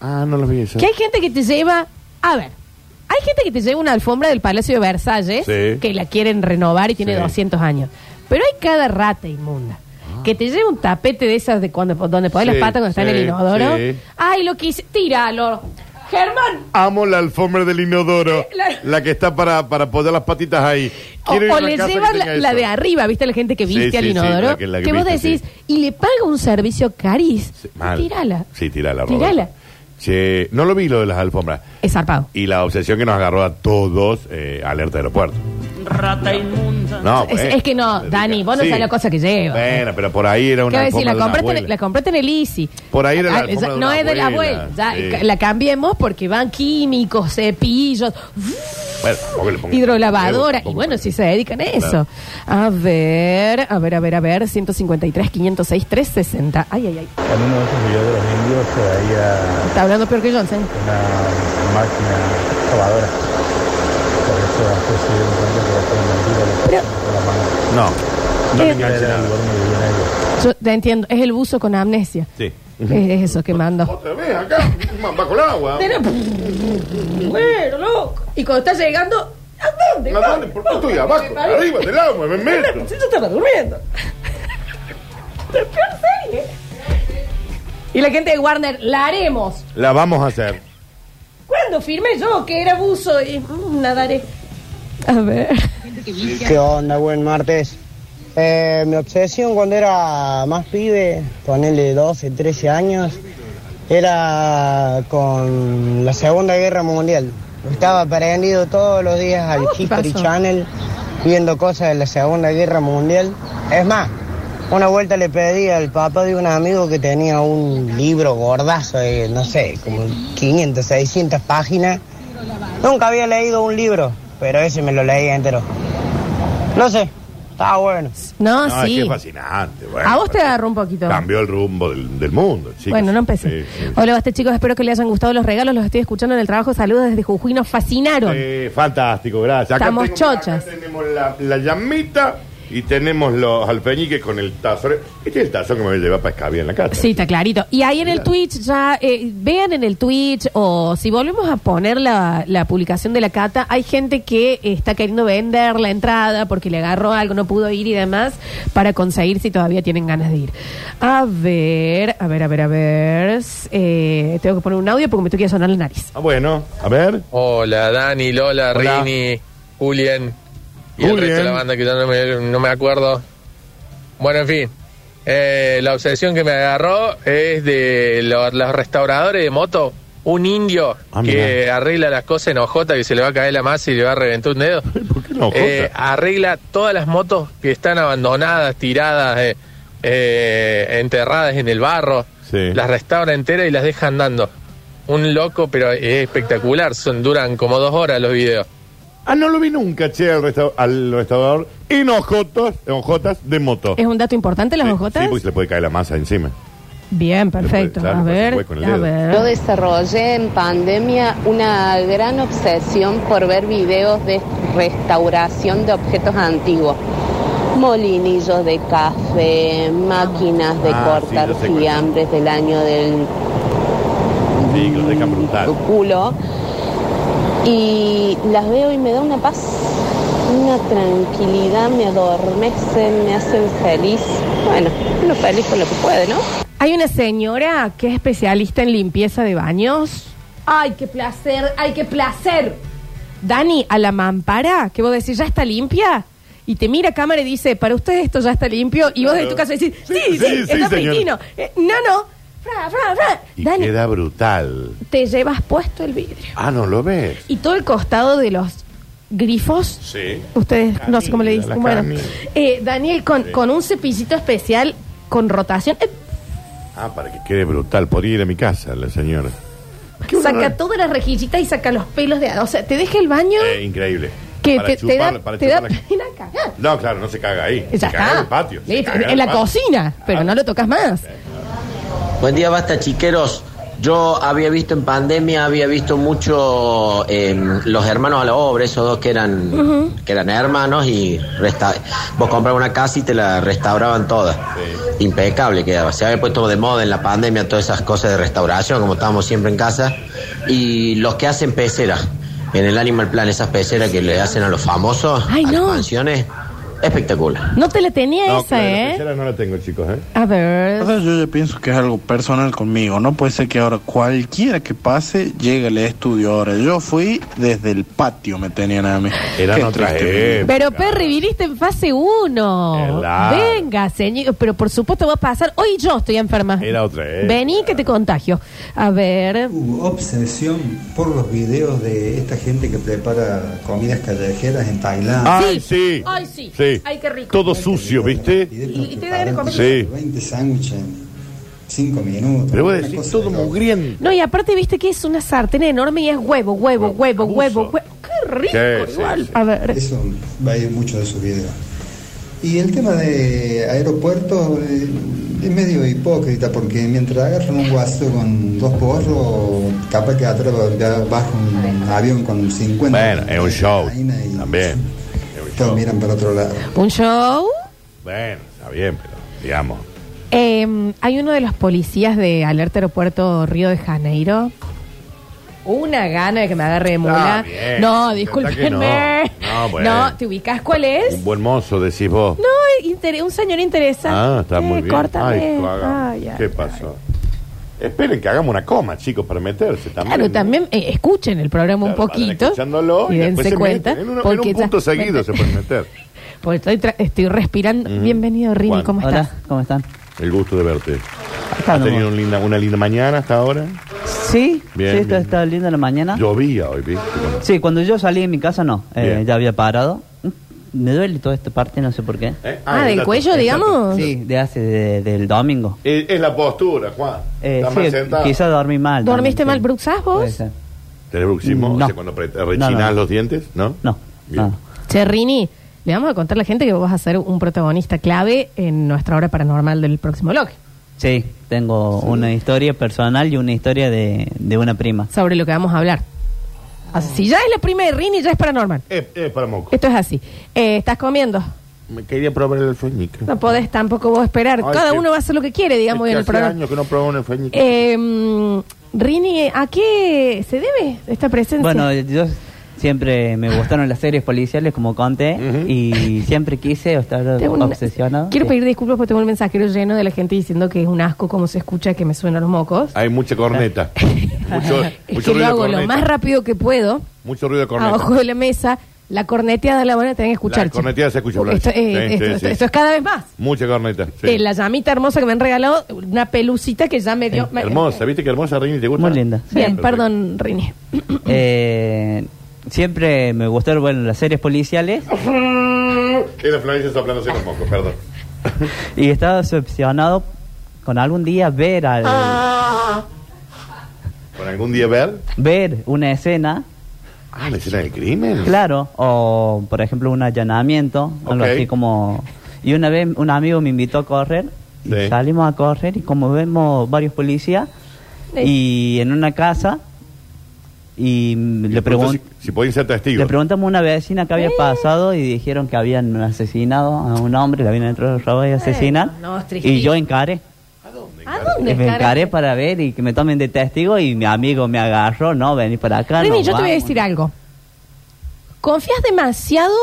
Speaker 2: Ah, no lo vi eso.
Speaker 1: Que hay gente que te lleva, a ver, hay gente que te lleva una alfombra del Palacio de Versalles
Speaker 2: Sí.
Speaker 1: que la quieren renovar y tiene
Speaker 2: Sí.
Speaker 1: 200 años. Pero hay cada rata inmunda. que te lleve un tapete de esas de cuando donde podés
Speaker 2: Ah. Sí,
Speaker 1: las patas cuando está en el
Speaker 2: sí,
Speaker 1: inodoro.
Speaker 2: sí.
Speaker 1: Ay, lo quise. Tíralo. Germán.
Speaker 2: Amo la alfombra del inodoro.
Speaker 1: La-
Speaker 2: La, que está para, para poner las patitas ahí.
Speaker 1: O,
Speaker 2: Quiero ir a
Speaker 1: o
Speaker 2: una
Speaker 1: le
Speaker 2: casa que
Speaker 1: llevan la,
Speaker 2: tenga
Speaker 1: la
Speaker 2: eso.
Speaker 1: de arriba, ¿viste? La gente que
Speaker 2: Sí,
Speaker 1: viste al
Speaker 2: sí, sí,
Speaker 1: inodoro.
Speaker 2: la que- la que
Speaker 1: vos
Speaker 2: viste,
Speaker 1: decís,
Speaker 2: sí.
Speaker 1: y le paga un servicio caris.
Speaker 2: Sí, mal.
Speaker 1: Tírala.
Speaker 2: Sí, tirala, Roberto.
Speaker 1: Tírala.
Speaker 2: Sí, no lo vi lo de las alfombras.
Speaker 1: Es zarpado.
Speaker 2: Y la obsesión que nos agarró a todos, eh, alerta de aeropuerto.
Speaker 6: Rata inmunda.
Speaker 2: No,
Speaker 1: Ah.
Speaker 2: pues.
Speaker 1: Es-
Speaker 2: bueno.
Speaker 1: es que no, Dani, vos no sabés la cosa que lleva.
Speaker 2: Bueno, pero por ahí era
Speaker 1: ¿Qué
Speaker 2: una
Speaker 1: voy a decir?
Speaker 2: alfombra
Speaker 1: La
Speaker 2: de una
Speaker 1: compraste, en,
Speaker 2: abuela.
Speaker 1: la compraste en el Easy.
Speaker 2: Por ahí era la
Speaker 1: Ah,
Speaker 2: alfombra
Speaker 1: ya-
Speaker 2: de
Speaker 1: No
Speaker 2: una
Speaker 1: es de la
Speaker 2: abuela.
Speaker 1: abuela. Ya,
Speaker 2: Sí.
Speaker 1: ca- La cambiemos porque van químicos, cepillos,
Speaker 2: Bueno, tampoco le pongo-
Speaker 1: hidrolavadora. Y
Speaker 2: tampoco-
Speaker 1: bueno, si se dedican a
Speaker 2: Claro.
Speaker 1: eso. A ver, a ver, a ver, a ver. 153, 506, 360. Ay, ay, ay.
Speaker 10: En uno de esos videos de los indios se veía
Speaker 1: Está hablando peor que Johnson.
Speaker 10: una máquina excavadora. Por eso después se dieron cuenta que era todo mentira lo que
Speaker 1: Pero-
Speaker 10: hacían con la mano.
Speaker 2: No, no
Speaker 1: Eh,
Speaker 2: me
Speaker 10: Era
Speaker 2: enganche
Speaker 10: el
Speaker 2: nada.
Speaker 10: lugar donde vivían ellos.
Speaker 1: Yo te entiendo. Es el buzo con amnesia.
Speaker 2: Sí.
Speaker 1: Es es eso que mando.
Speaker 2: Otra vez acá, más bajo el agua.
Speaker 1: Bueno, loco. Y cuando está llegando, ¿a dónde?
Speaker 2: ¿A dónde? ¿Por qué estoy abajo? Arriba del agua, me meto.
Speaker 1: yo estaba durmiendo. La peor serie. Y la gente de Warner, la haremos.
Speaker 2: La vamos a hacer.
Speaker 1: Cuando firmé yo que era buzo y mm, nadaré. A ver.
Speaker 7: ¿Qué onda? Buen martes. Eh, mi obsesión cuando era más pibe, ponerle 12, 13 años, era con la Segunda Guerra Mundial. Estaba prendido todos los días al
Speaker 1: ¿Cómo te
Speaker 7: History
Speaker 1: pasó?
Speaker 7: Channel viendo cosas de la Segunda Guerra Mundial. Es más, una vuelta le pedí al papá de un amigo que tenía un libro gordazo de, no sé, como 500, 600 páginas. Nunca había leído un libro, pero ese me lo leía entero. No sé, estaba bueno.
Speaker 1: No,
Speaker 2: No,
Speaker 1: Ah, sí.
Speaker 2: es que es fascinante. bueno.
Speaker 1: A vos te agarró un poquito.
Speaker 2: Cambió el rumbo del, del mundo, chicos.
Speaker 1: Bueno, no empecé.
Speaker 2: Sí, sí.
Speaker 1: Hola, basta chicos, espero que les hayan gustado los regalos. Los estoy escuchando en el trabajo. Saludos desde Jujuy, nos fascinaron.
Speaker 2: Eh, fantástico, gracias.
Speaker 1: Estamos
Speaker 2: tengo-
Speaker 1: chochas.
Speaker 2: acá tenemos la, la llamita y tenemos los alfeñiques con el tazón. Este es el tazón que me voy a llevar para escabiar en la casa.
Speaker 1: Sí, está clarito. Y ahí en el
Speaker 2: Claro.
Speaker 1: Twitch, ya eh, vean en el Twitch o si volvemos a poner la, la publicación de la cata, hay gente que está queriendo vender la entrada porque le agarró algo, no pudo ir y demás para conseguir si todavía tienen ganas de ir. A ver, a ver, a ver, a ver. Eh, tengo que poner un audio porque me toca sonar la nariz.
Speaker 2: Ah, bueno, a ver.
Speaker 11: Hola, Dani, Lola,
Speaker 2: Hola.
Speaker 11: Rini, Julien y el
Speaker 2: Julien.
Speaker 11: resto de la banda que ya no me, no me acuerdo. Bueno, en fin, eh, la obsesión que me agarró es de lo- los restauradores de moto. Un indio
Speaker 2: Ah,
Speaker 11: que arregla las cosas en Ojota, que se le va a caer la masa y le va a reventar un dedo.
Speaker 2: ¿Por qué no?
Speaker 11: Eh, arregla todas las motos que están abandonadas, tiradas, eh, eh, enterradas en el barro.
Speaker 2: Sí.
Speaker 11: Las restaura enteras y las deja andando. Un loco, pero es espectacular. Son, duran como dos horas los videos.
Speaker 2: Ah, no lo vi nunca, che, al, resta- al restaurador. En ojotas, en ojotas eh, de moto.
Speaker 1: ¿Es un dato importante las
Speaker 2: Sí,
Speaker 1: ojotas?
Speaker 2: Sí, porque se le puede caer la masa encima.
Speaker 1: Bien, perfecto.
Speaker 2: Claro,
Speaker 1: a
Speaker 2: pues,
Speaker 1: ver,
Speaker 2: se puede con el
Speaker 1: a
Speaker 2: dedo.
Speaker 5: Yo
Speaker 1: ver.
Speaker 5: desarrollé en pandemia una gran obsesión por ver videos de restauración de objetos antiguos. Molinillos de café, máquinas de
Speaker 2: Ah, sí,
Speaker 5: cortar
Speaker 2: yo sé cuál es.
Speaker 5: fiambres del año del
Speaker 2: Sí, que lo dejan brutal.
Speaker 5: culo. Y las veo y me da una paz, una tranquilidad, me adormecen, me hacen feliz. Bueno, uno feliz con lo que puede, ¿no?
Speaker 1: Hay una señora que es especialista en limpieza de baños. ¡Ay, qué placer! ¡Ay, qué placer! Dani, a la mampara, que vos decís, ¿ya está limpia? Y te mira a cámara y dice, para usted esto ya está limpio. Y vos de
Speaker 2: Claro.
Speaker 1: tu casa decís, sí,
Speaker 2: Sí,
Speaker 1: sí,
Speaker 2: sí, sí,
Speaker 1: está
Speaker 2: señor.
Speaker 1: priquino. Eh, no, no. Fra, fra, fra.
Speaker 2: Y
Speaker 1: Dani,
Speaker 2: queda brutal.
Speaker 1: te llevas puesto el vidrio.
Speaker 2: Ah, no lo ves.
Speaker 1: Y todo el costado de los grifos
Speaker 2: Sí.
Speaker 1: Ustedes, no sé cómo le
Speaker 2: Camila, la
Speaker 1: dicen. Bueno,
Speaker 2: Cami.
Speaker 1: eh, Daniel, con, con un cepillito especial, con rotación, eh,
Speaker 2: Ah, para que quede brutal. Podría ir a mi casa, la señora. Qué
Speaker 1: saca
Speaker 2: horror.
Speaker 1: todas las rejillitas y saca los pelos de... O sea, te deja el baño
Speaker 2: Eh, increíble.
Speaker 1: que
Speaker 2: Para
Speaker 1: te, te
Speaker 2: chupar-
Speaker 1: da...
Speaker 2: para
Speaker 1: Te da
Speaker 2: chupar la-
Speaker 1: pena cagar.
Speaker 2: No, claro, no se caga ahí.
Speaker 1: Ya
Speaker 2: se caga
Speaker 1: está.
Speaker 2: en el patio. se
Speaker 1: Listo,
Speaker 2: caga
Speaker 1: en
Speaker 2: el
Speaker 1: la
Speaker 2: patio.
Speaker 1: cocina, pero no lo tocas más.
Speaker 12: Buen día, basta chiqueros. Yo había visto en pandemia, había visto mucho eh, los hermanos a la obra, esos dos que eran que eran hermanos y resta- vos comprabas una casa y te la restauraban toda. Impecable quedaba. Se había puesto de moda en la pandemia todas esas cosas de restauración, como estábamos siempre en casa. Y los que hacen peceras, en el Animal Plan, esas peceras que le hacen a los famosos,
Speaker 1: Ay,
Speaker 12: a
Speaker 1: no.
Speaker 12: las mansiones, espectacular.
Speaker 1: No te la tenía
Speaker 2: No,
Speaker 1: esa,
Speaker 2: la de las
Speaker 1: ¿eh?
Speaker 2: pulseras no la tengo, chicos, ¿eh?
Speaker 1: A ver.
Speaker 13: Ahora yo ya pienso que es algo personal conmigo. No puede ser que ahora cualquiera que pase llegue al estudio. Ahora yo fui desde el patio, me tenían a mí.
Speaker 2: Eran
Speaker 13: Qué
Speaker 2: otras
Speaker 13: triste.
Speaker 1: Pero Perry, viniste en fase 1.
Speaker 13: Verdad.
Speaker 1: Venga, señor. Pero por supuesto va a pasar. Hoy yo estoy enferma.
Speaker 2: Era otra, ¿eh?
Speaker 1: Vení que te contagio. A ver.
Speaker 14: obsesión por los videos de esta gente que prepara comidas callejeras en Tailandia.
Speaker 2: Ay, sí.
Speaker 1: Ay, sí.
Speaker 2: Sí.
Speaker 1: Ay, qué rico.
Speaker 2: Todo sucio, ¿viste?
Speaker 1: Y, y te dan de comer.
Speaker 2: Sí.
Speaker 14: 20 sándwiches en 5 minutos.
Speaker 2: Pero vos
Speaker 14: Una
Speaker 2: decís,
Speaker 14: cosa
Speaker 2: todo
Speaker 14: de loco.
Speaker 1: No, y aparte, viste que es una sartén enorme y es huevo, huevo, huevo, huevo, huevo. Qué rico,
Speaker 14: Sí,
Speaker 1: igual.
Speaker 14: sí, sí.
Speaker 1: A ver.
Speaker 14: Eso va a ir mucho de sus videos. Y el tema de aeropuertos eh, es medio hipócrita porque mientras agarran un guaso con dos porros, capaz que atrás va- ya baja un avión con 50.
Speaker 2: Bueno, es un show. También.
Speaker 14: Todos miran para otro lado.
Speaker 1: Un show.
Speaker 2: Bueno, está bien, pero digamos.
Speaker 1: Eh, hay uno de los policías de Alerta Aeropuerto Río de Janeiro. Una gana de que me agarre de mula.
Speaker 2: Está Ah, bien. Intentá
Speaker 1: No,
Speaker 2: que
Speaker 1: discúlpenme.
Speaker 2: no. No,
Speaker 1: *laughs*
Speaker 2: bueno.
Speaker 1: No, ¿te ubicas cuál es?
Speaker 2: Un buen mozo, decís vos.
Speaker 1: No, inter- un señor interesante.
Speaker 2: Ah, está muy bien.
Speaker 1: Eh, Córtame. Ah,
Speaker 2: Ay, co- haga-
Speaker 1: Ay, ay.
Speaker 2: ¿Qué pasó? Esperen que hagamos una coma, chicos, para meterse también.
Speaker 1: Claro, también eh, escuchen el programa un
Speaker 2: Van
Speaker 1: poquito.
Speaker 2: escuchándolo
Speaker 1: y
Speaker 2: después
Speaker 1: dense
Speaker 2: se
Speaker 1: cuenta.
Speaker 2: meten. En, un- en
Speaker 1: porque
Speaker 2: un
Speaker 1: ya-
Speaker 2: punto seguido se pueden meter.
Speaker 1: Porque estoy, tra- estoy respirando.
Speaker 2: Ujú.
Speaker 1: Bienvenido, Rini,
Speaker 2: Juan.
Speaker 1: ¿cómo
Speaker 2: Hola,
Speaker 1: estás? ¿cómo están?
Speaker 2: El gusto de verte.
Speaker 15: Ah,
Speaker 2: ¿Has
Speaker 15: estamos.
Speaker 2: tenido un linda- una linda mañana hasta ahora?
Speaker 15: Sí,
Speaker 2: Bien,
Speaker 15: sí, está,
Speaker 2: bien.
Speaker 15: está linda la mañana.
Speaker 2: Llovía hoy, ¿viste?
Speaker 15: Sí, cuando yo salí de mi casa no, eh,
Speaker 2: Bien.
Speaker 15: ya había parado. Mm, Me duele toda esta parte, no sé por
Speaker 2: eh,
Speaker 15: qué.
Speaker 1: Ah, del cuello, digamos.
Speaker 15: Sí, de hace de- del domingo.
Speaker 2: Eh, Es la postura, Juan.
Speaker 15: Eh,
Speaker 2: Estás
Speaker 15: sí,
Speaker 2: más sentado.
Speaker 15: quizás dormí mal.
Speaker 1: ¿Dormiste mal, bruxas
Speaker 7: Pues,
Speaker 1: vos?
Speaker 2: ¿Tenés bruxismo?
Speaker 15: No.
Speaker 2: O sea, cuando pre- rechinás los dientes, ¿no? No.
Speaker 1: Che, Rini, le vamos a contar a la gente que vos vas a ser un protagonista clave en nuestra hora paranormal del próximo blog.
Speaker 15: Sí, tengo una historia personal y una historia de, de una prima.
Speaker 1: Sobre lo que vamos a hablar. Así, si ya es la prima de Rini, ya es paranormal.
Speaker 2: Eh, eh, para moco.
Speaker 1: Esto es así. Eh, ¿Estás comiendo?
Speaker 2: Me quería probar el sueñique.
Speaker 1: No podés tampoco vos esperar.
Speaker 2: Ay,
Speaker 1: Cada
Speaker 2: qué-
Speaker 1: uno va a hacer lo que quiere, digamos,
Speaker 2: Es que
Speaker 1: en el
Speaker 2: hace
Speaker 1: programa.
Speaker 2: años que no probaba un sueñique.
Speaker 1: Eh, mm, Rini, ¿a qué se debe esta presencia?
Speaker 15: Bueno, yo siempre me gustaron las series policiales, como conté, y siempre quise estar
Speaker 1: Tengo una-
Speaker 15: obsesionado.
Speaker 1: Quiero
Speaker 15: Sí.
Speaker 1: pedir disculpas porque tengo un mensajero lleno de la gente diciendo que es un asco cómo se escucha que me suenan los mocos.
Speaker 2: Hay mucha corneta. mucho,
Speaker 1: *laughs*
Speaker 2: mucho
Speaker 1: Es que lo
Speaker 2: ruido de
Speaker 1: hago
Speaker 2: corneta.
Speaker 1: lo más rápido que puedo,
Speaker 2: Mucho ruido de corneta.
Speaker 1: abajo de la mesa. La corneteada la van a tener que escuchar.
Speaker 2: La
Speaker 1: che.
Speaker 2: corneteada se escucha. Blas.
Speaker 1: Esto, eh,
Speaker 2: Sí, sí,
Speaker 1: esto- esto-
Speaker 2: sí.
Speaker 1: esto es cada vez más.
Speaker 2: Mucha corneta. sí.
Speaker 1: Eh, la llamita hermosa que me han regalado, una pelucita que ya me dio. me-
Speaker 2: Eh, Hermosa, ¿viste que hermosa Rini te gusta?
Speaker 15: Muy linda.
Speaker 1: Bien, perdón, Rini.
Speaker 15: Eh, siempre me gustaron bueno, las series policiales
Speaker 2: Era Florencia soplándose los mocos, perdón.
Speaker 15: y estaba decepcionado con algún día ver al-
Speaker 2: Ah. ¿Con algún día ver?
Speaker 15: ver una escena,
Speaker 2: Ah, la escena del crimen.
Speaker 15: claro, o por ejemplo un allanamiento, algo
Speaker 2: Ok.
Speaker 15: así como... Y una vez un amigo me invitó a correr, y
Speaker 2: Sí.
Speaker 15: salimos a correr y como vemos varios policías y en una casa y mm, le pregunto...
Speaker 2: Entonces, Si, si podéis ser testigos.
Speaker 15: Le preguntamos a una vecina qué había pasado y dijeron que habían asesinado a un hombre, le habían entrado a robar y asesinar.
Speaker 1: no, es triste.
Speaker 15: y yo encaré.
Speaker 1: ¿A dónde
Speaker 15: Me
Speaker 1: cara?
Speaker 15: encaré para ver y que me tomen de testigo y mi amigo me agarró, no, vení para acá.
Speaker 1: Rini,
Speaker 15: no,
Speaker 1: yo te voy a
Speaker 15: vamos".
Speaker 1: decir algo. Confías demasiado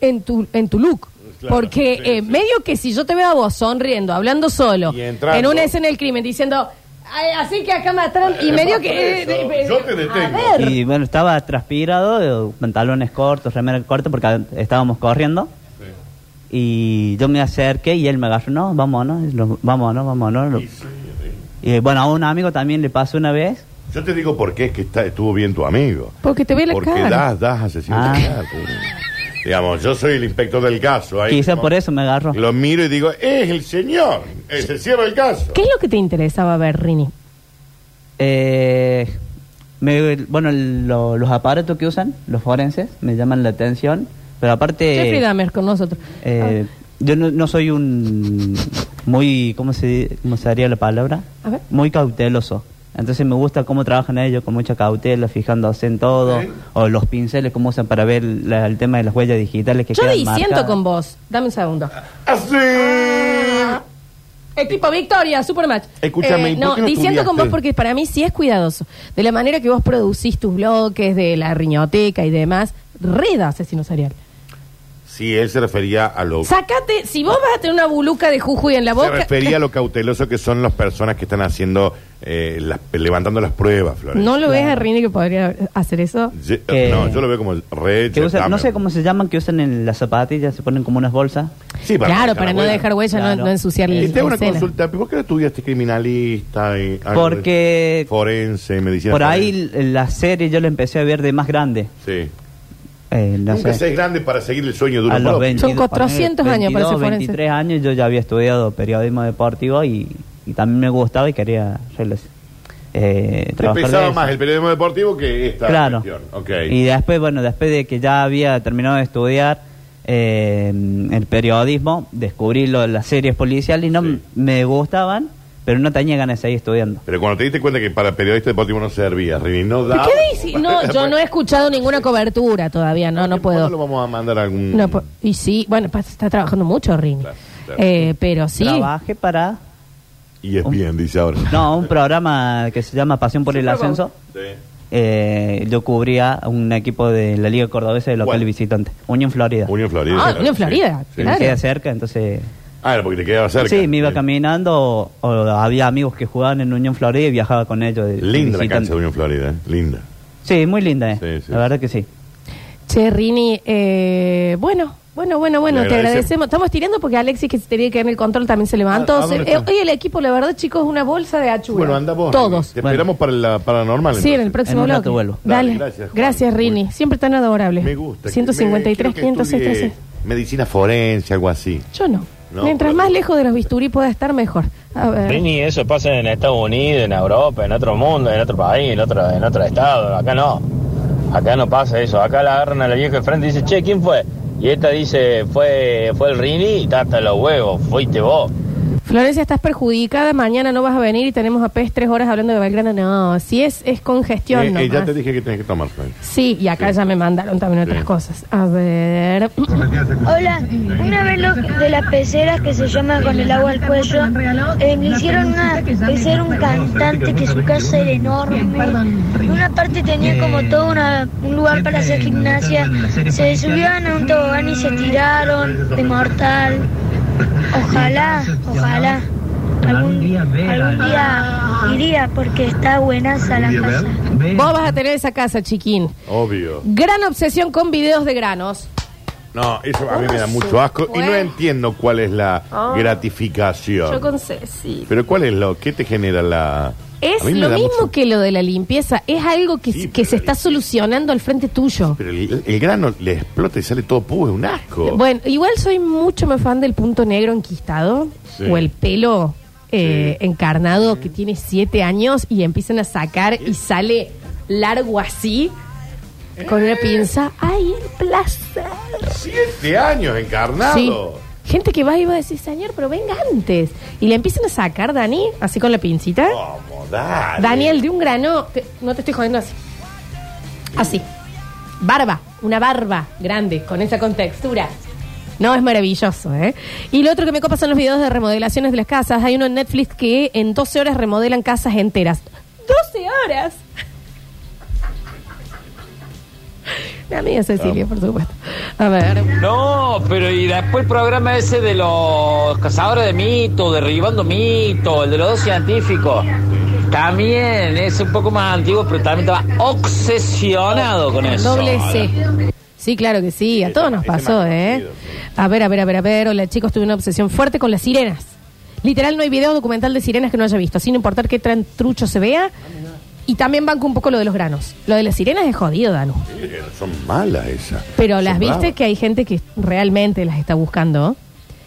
Speaker 1: en tu, en tu look.
Speaker 15: Claro,
Speaker 1: porque eh, medio que si yo te veo a vos sonriendo, hablando solo,
Speaker 2: entrando.
Speaker 1: en una escena del crimen, diciendo, "Ay, así que acá mataron, y
Speaker 2: Eh,
Speaker 1: medio
Speaker 2: por
Speaker 1: que...
Speaker 2: eso,
Speaker 1: eh, eh,
Speaker 2: yo te detengo.
Speaker 1: a ver.
Speaker 15: Y bueno, estaba transpirado, eh, pantalones cortos, remera corta, porque a- estábamos corriendo. Y yo me acerqué y él me agarró, no, vámonos, lo- vámonos, vámonos. lo- Y bueno, a un amigo también le pasó una vez
Speaker 2: Yo te digo por qué es que está, estuvo bien tu amigo.
Speaker 1: Porque te ve la
Speaker 2: Porque
Speaker 1: cara.
Speaker 2: das, das asesino.
Speaker 15: Ah.
Speaker 2: serial, sí. Digamos, yo soy el inspector del caso. Ahí,
Speaker 15: Quizá
Speaker 2: como-
Speaker 15: por eso me agarró.
Speaker 2: Lo miro y digo, es el señor. Eh, se cierra el caso.
Speaker 1: ¿Qué es lo que te interesaba ver, Rini?
Speaker 15: Eh, me- bueno, lo- los aparatos que usan, los forenses, me llaman la atención. Pero
Speaker 1: Jeffrey
Speaker 15: aparte,
Speaker 1: Dahmer con nosotros.
Speaker 15: eh, yo no, no soy un muy, ¿cómo se, ¿cómo se daría la palabra?
Speaker 1: A ver.
Speaker 15: Muy cauteloso. Entonces me gusta cómo trabajan ellos con mucha cautela, fijándose en todo, o los pinceles cómo usan para ver la- el tema de las huellas digitales que
Speaker 1: Yo
Speaker 15: quedan
Speaker 1: diciendo
Speaker 15: marcadas.
Speaker 1: con vos. Dame un segundo.
Speaker 2: Así.
Speaker 1: Ah. Equipo Victoria, Supermatch. Eh,
Speaker 2: Escúchame, ¿y por
Speaker 1: no,
Speaker 2: qué no
Speaker 1: diciendo con vos
Speaker 2: estudiaste?
Speaker 1: porque para mí sí es cuidadoso. De la manera que vos producís tus bloques, de la riñoteca y demás, reda asesino serial.
Speaker 2: Sí, él se refería a lo...
Speaker 1: Sácate, si vos vas a tener una buluca de jujuy en la
Speaker 2: Se
Speaker 1: boca.
Speaker 2: refería a lo cauteloso que son las personas que están haciendo, eh, las- levantando las pruebas, Flores.
Speaker 1: *laughs* ¿No lo ves a Rini que podría hacer eso?
Speaker 2: Ye-
Speaker 15: Que-
Speaker 2: no, yo lo veo como re...
Speaker 15: Que usan-
Speaker 2: dame.
Speaker 15: no sé cómo se llaman, que usan en las zapatillas, se ponen como unas bolsas.
Speaker 2: Sí,
Speaker 1: claro,
Speaker 2: dejar
Speaker 1: para
Speaker 2: la
Speaker 1: no dejar huella, no-
Speaker 15: Claro.
Speaker 1: no, ensuciar la
Speaker 2: Y te hago una
Speaker 1: escena.
Speaker 2: consulta, ¿por qué no estudiaste criminalista y algo
Speaker 15: Porque
Speaker 2: de forense, medicina?
Speaker 15: por ahí
Speaker 2: forense?
Speaker 15: l- la serie yo la empecé a ver de más grande.
Speaker 2: Sí.
Speaker 15: Eh, no
Speaker 2: Nunca
Speaker 15: sé,
Speaker 2: seas grande para seguir el sueño de uno
Speaker 15: a los
Speaker 2: propio.
Speaker 15: 22,
Speaker 1: Son 400 años para ser
Speaker 15: 22,
Speaker 1: forense.
Speaker 15: 23 años yo ya había estudiado periodismo deportivo y, y también me gustaba y quería rela- eh,
Speaker 2: Te
Speaker 15: trabajar de
Speaker 2: pesaba
Speaker 15: eso.
Speaker 2: más el periodismo deportivo que esta
Speaker 15: Claro.
Speaker 2: cuestión. Ok.
Speaker 15: Y después, bueno, después de que ya había terminado de estudiar eh, el periodismo, descubrí lo, las series policiales y no m- me gustaban, pero no tenía ganas de seguir estudiando.
Speaker 2: Pero cuando te diste cuenta que para periodista deportivo no servía, Rini, no
Speaker 1: ¿Pero
Speaker 2: da.
Speaker 1: ¿Qué
Speaker 2: *laughs*
Speaker 1: dices? No, yo no he escuchado ninguna cobertura todavía, no, no puedo.
Speaker 2: lo vamos a mandar a algún.
Speaker 1: No, po- y sí, bueno, pasa, está trabajando mucho Rini.
Speaker 2: claro.
Speaker 1: Eh, pero sí.
Speaker 15: Trabajé para...
Speaker 2: Y es bien, dice ahora.
Speaker 15: No, un programa que se llama Pasión por el Ascenso.
Speaker 2: Sí.
Speaker 15: Eh, yo cubría a un equipo de la Liga Cordobesa de local
Speaker 2: ¿Cuál?
Speaker 15: visitante, Unión Florida.
Speaker 2: Unión Florida.
Speaker 1: Ah,
Speaker 2: claro,
Speaker 1: Unión
Speaker 2: sí.
Speaker 1: Florida,
Speaker 15: Me
Speaker 1: claro.
Speaker 15: queda cerca, entonces...
Speaker 2: Ah, era porque te quedaba cerca.
Speaker 15: Sí, me iba caminando o, o había amigos que jugaban en Unión Florida y viajaba con ellos. de- de
Speaker 2: Linda la
Speaker 15: visitante.
Speaker 2: cancha de Unión Florida, ¿eh? linda.
Speaker 15: Sí, muy linda, eh.
Speaker 2: Sí, sí,
Speaker 15: la verdad que sí.
Speaker 1: Che, Rini, eh, bueno, bueno, bueno, bueno,
Speaker 15: Le
Speaker 1: te
Speaker 15: agradecemos.
Speaker 1: agradecemos. Estamos tirando porque Alexis, que se tenía que en el control, también se levantó.
Speaker 2: Ah, ¿a dónde
Speaker 1: Se-
Speaker 2: está?
Speaker 1: eh, hoy el equipo, la verdad, chicos, es una bolsa de achura.
Speaker 2: Bueno, anda vos.
Speaker 1: Todos.
Speaker 2: Rini. Te esperamos para la paranormal.
Speaker 1: Sí, en el
Speaker 2: entonces.
Speaker 1: próximo bloque. Dale.
Speaker 2: gracias. Juan.
Speaker 1: Rini. Siempre tan adorable.
Speaker 2: Me gusta.
Speaker 1: 153,
Speaker 2: Me- quiero que
Speaker 1: 506.
Speaker 2: estudie Medicina forense, algo así.
Speaker 1: Yo no.
Speaker 2: No,
Speaker 1: Mientras más lejos de los bisturí pueda estar, mejor. A ver.
Speaker 16: Rini, eso pasa en Estados Unidos, en Europa, en otro mundo, en otro país, en otro, en otro estado. Acá no. Acá no pasa eso. Acá la agarran a la vieja de frente y dice, che, ¿quién fue? Y esta dice, fue, fue el Rini y tata los huevos, fuiste vos.
Speaker 1: Florencia, estás perjudicada. Mañana no vas a venir y tenemos a PES tres horas hablando de Belgrano. No, si es, es congestión.
Speaker 2: Eh, eh, ya
Speaker 1: nomás.
Speaker 2: te dije que tenés que tomar. Fran.
Speaker 1: Sí, y acá ya me mandaron también otras cosas. A ver.
Speaker 17: Hola, una vez los de las peceras que se llaman con el agua al cuello, eh, me hicieron una pecera un cantante que su casa era enorme. En una parte tenía como todo una- un lugar para hacer gimnasia. Se subían a un tobogán y se tiraron de mortal. Ojalá, ojalá. Algún, algún día iría porque está buenaza la casa.
Speaker 1: Vos vas a tener esa casa, chiquín.
Speaker 2: Obvio.
Speaker 1: Gran obsesión con videos de granos.
Speaker 2: No, eso a mí me da mucho
Speaker 1: se
Speaker 2: asco y no
Speaker 1: fue?
Speaker 2: entiendo cuál es la
Speaker 1: Ah. Yo
Speaker 2: gratificación.
Speaker 1: con Ceci.
Speaker 2: Pero cuál es lo que te genera la...
Speaker 1: Es
Speaker 2: A mí me
Speaker 1: lo
Speaker 2: da
Speaker 1: mismo
Speaker 2: mucho-
Speaker 1: que lo de la limpieza. Es algo que, que se está solucionando al frente tuyo.
Speaker 2: Pero el, el grano le explota y sale todo puro, es un asco.
Speaker 1: Bueno, igual soy mucho más fan del punto negro enquistado
Speaker 2: Sí.
Speaker 1: o el pelo eh, encarnado que tiene siete años y empiezan a sacar y sale largo así con una pinza. ¡Ay, el placer!
Speaker 2: Siete años
Speaker 1: Sí.
Speaker 2: encarnado.
Speaker 1: Gente que va y va a decir, señor, pero venga antes. Y le empiezan a sacar, Dani, así con la pincita.
Speaker 2: Oh, Vamos, dale.
Speaker 1: Daniel, de un grano, te- no te estoy jodiendo así. Así. Barba, una barba grande, con esa contextura. No, es maravilloso, ¿eh? Y lo otro que me copa son los videos de remodelaciones de las casas. Hay uno en Netflix que en 12 horas remodelan casas enteras. ¡12 horas! *laughs* La amiga Cecilia, por supuesto. A ver.
Speaker 18: No, pero y después el programa ese de los cazadores de mitos, derribando mitos, el de los dos científicos. También es un poco más antiguo, pero también estaba obsesionado con eso.
Speaker 1: Doble C. Sí, claro que sí, a todos nos pasó, ¿eh? A ver, a ver, a ver, a ver, hola chicos, tuve una obsesión fuerte con las sirenas. Literal, no hay video documental de sirenas que no haya visto, sin importar qué tan trucho se vea. Y también banco un poco lo de los granos. Lo de las sirenas es jodido, Danu.
Speaker 2: Eh, Son malas esas.
Speaker 1: Pero
Speaker 2: Son
Speaker 1: las viste
Speaker 2: bravas.
Speaker 1: que hay gente que realmente las está buscando.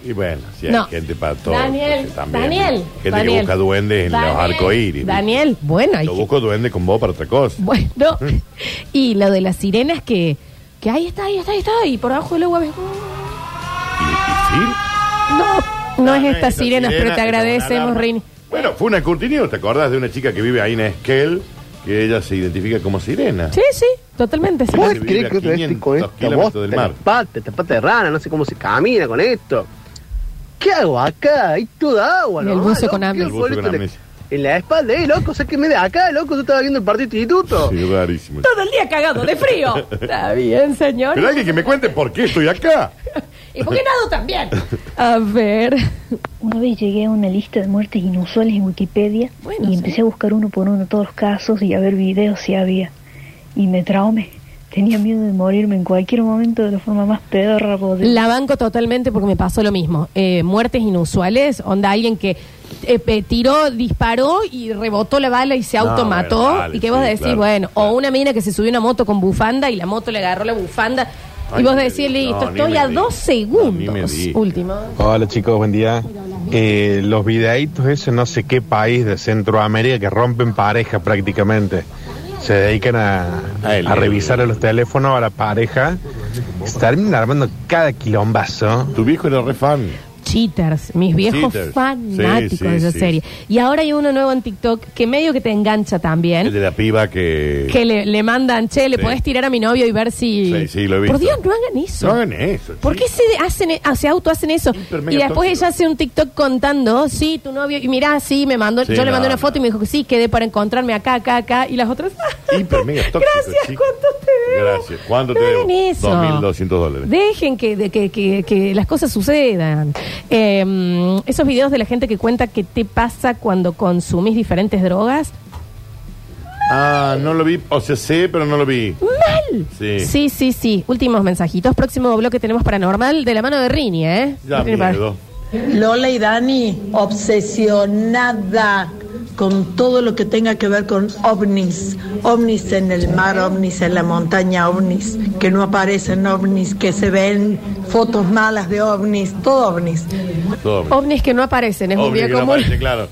Speaker 2: Y bueno, si hay
Speaker 1: No.
Speaker 2: gente para todo.
Speaker 1: Daniel,
Speaker 2: entonces también.
Speaker 1: Daniel,
Speaker 2: Gente
Speaker 1: Daniel.
Speaker 2: que busca duendes en los
Speaker 1: Daniel,
Speaker 2: arcoíris.
Speaker 1: Daniel, bueno, hay
Speaker 2: Yo busco duendes con vos para otra cosa.
Speaker 1: Bueno, y lo de las sirenas que, que ahí está, ahí está, ahí está, y por abajo del agua ves. No, no es
Speaker 2: esta
Speaker 1: estas
Speaker 2: sirena
Speaker 1: sirenas, pero te
Speaker 2: es una
Speaker 1: agradecemos,
Speaker 2: alarma.
Speaker 1: Rini.
Speaker 2: Bueno, fue una curtinio, ¿te acordás de una chica que vive ahí en Esquel? Que ella se identifica como sirena.
Speaker 1: Sí, sí, totalmente. sí.
Speaker 2: ¿Puedes creer que otra vez estoy con esta bosta del mar?
Speaker 8: Pate, esta pata de rana, no sé cómo se camina con esto. ¿Qué hago acá? Hay toda agua,
Speaker 1: Y el
Speaker 8: ¿no?
Speaker 1: buzo
Speaker 8: Ah,
Speaker 1: con
Speaker 8: ¿no?
Speaker 1: amnesia.
Speaker 8: ¿Qué boleto le- en la espalda, eh, loco, sáqueme de acá, loco, yo estaba viendo el partido de instituto.
Speaker 2: Sí, rarísimo.
Speaker 1: Todo el día cagado de frío.
Speaker 2: *laughs*
Speaker 1: Está bien, señor.
Speaker 2: Pero alguien que me cuente por qué estoy acá.
Speaker 1: ¿Y por qué nado también? A ver.
Speaker 17: Una vez llegué a una lista de muertes inusuales en Wikipedia y empecé a buscar uno por uno todos los casos y a ver videos si había. Y me traumé. Tenía miedo de morirme en cualquier momento de la forma más pedorra posible.
Speaker 1: La banco totalmente porque me pasó lo mismo. Eh, muertes inusuales, onda alguien que eh, pe- tiró, disparó y rebotó la bala y se
Speaker 2: No,
Speaker 1: automató.
Speaker 2: bueno, dale,
Speaker 1: y que vos
Speaker 2: sí,
Speaker 1: decís,
Speaker 2: claro,
Speaker 1: bueno, o una mina que se subió a una moto con bufanda y la moto le agarró la bufanda.
Speaker 2: Ay,
Speaker 1: y vos
Speaker 2: ni me
Speaker 1: decís,
Speaker 2: digas.
Speaker 1: listo,
Speaker 2: No, ni
Speaker 1: estoy
Speaker 2: me
Speaker 1: a
Speaker 2: digas.
Speaker 1: dos
Speaker 2: Ni me
Speaker 1: segundos.
Speaker 2: digas.
Speaker 1: Último.
Speaker 19: Hola chicos, buen día. Eh, los videitos ese no sé qué país de Centroamérica que rompen pareja prácticamente. Se dedican a, a revisar los teléfonos a la pareja. Se terminan armando cada quilombazo.
Speaker 2: Tu viejo era re fan.
Speaker 1: Cheaters, mis viejos
Speaker 2: Cheaters.
Speaker 1: fanáticos
Speaker 2: Sí, sí,
Speaker 1: de esa
Speaker 2: sí.
Speaker 1: serie. Y ahora hay uno nuevo en TikTok que medio que te engancha también.
Speaker 2: El de la piba que.
Speaker 1: Que le, le mandan, che, le
Speaker 2: Sí.
Speaker 1: podés tirar a mi novio y ver si.
Speaker 2: Sí, sí, lo he visto.
Speaker 1: Por Dios, no hagan eso.
Speaker 2: No hagan eso.
Speaker 1: ¿Por qué se hacen, e- se auto hacen eso?
Speaker 2: mega
Speaker 1: Y después
Speaker 2: tóxico.
Speaker 1: ella hace un TikTok contando, sí, tu novio, y mirá, sí, me mandó,
Speaker 2: Sí,
Speaker 1: yo le
Speaker 2: no,
Speaker 1: mandé una
Speaker 2: no.
Speaker 1: foto y me dijo que sí, quedé para encontrarme acá, acá, acá, y las otras, *laughs*
Speaker 2: Hiper mega tóxico,
Speaker 1: gracias,
Speaker 2: chico.
Speaker 1: ¿cuánto te debo?
Speaker 2: Gracias. ¿Cuánto
Speaker 1: No
Speaker 2: te
Speaker 1: hagan
Speaker 2: debo?
Speaker 1: eso.
Speaker 2: 2.200 dólares.
Speaker 1: Dejen que, de- que, que- que las cosas sucedan. Eh, esos videos de la gente que cuenta qué te pasa cuando consumís diferentes drogas,
Speaker 2: Ah, no lo vi. O sea, sé, pero no lo vi.
Speaker 1: mal.
Speaker 2: Sí.
Speaker 1: Sí, sí, sí. Últimos mensajitos. Próximo bloque tenemos paranormal de la mano de Rini, ¿eh?
Speaker 2: Ya,
Speaker 1: No tiene par-
Speaker 2: miedo.
Speaker 20: Lola y Dani, obsesionada con todo lo que tenga que ver con ovnis. Ovnis en el mar, ovnis en la montaña, ovnis que no aparecen, ovnis que se ven, fotos malas de ovnis, todo ovnis.
Speaker 2: Todo bien.
Speaker 1: Ovnis que no aparecen, es un
Speaker 2: Ovnis
Speaker 1: día
Speaker 2: que no
Speaker 1: común.
Speaker 2: aparecen, claro.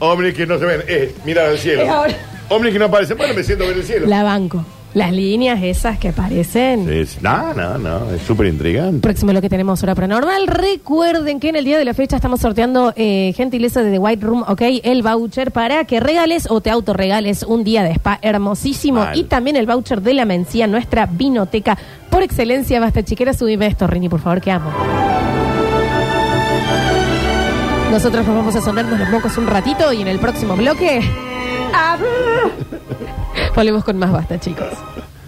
Speaker 2: Ovnis que no se ven. Eh, mirar al cielo.
Speaker 1: Es ahora.
Speaker 2: Ovnis que no aparecen. Bueno, me siento a ver el cielo.
Speaker 1: La banco. Las líneas esas que aparecen.
Speaker 2: Es, no, no, no. Es súper intrigante.
Speaker 1: Próximo lo que tenemos hora paranormal. Recuerden que en el día de la fecha estamos sorteando eh, gentileza de The White Room, ok, el voucher para que regales o te autorregales un día de spa hermosísimo
Speaker 2: Mal.
Speaker 1: y también el voucher de la Mencía, nuestra vinoteca por excelencia. Basta chiquera, subime esto, Rini, por favor, que amo. Nosotros nos vamos a sonarnos los mocos un ratito y en el próximo bloque. ¡ah! Volvemos con más basta, chicos.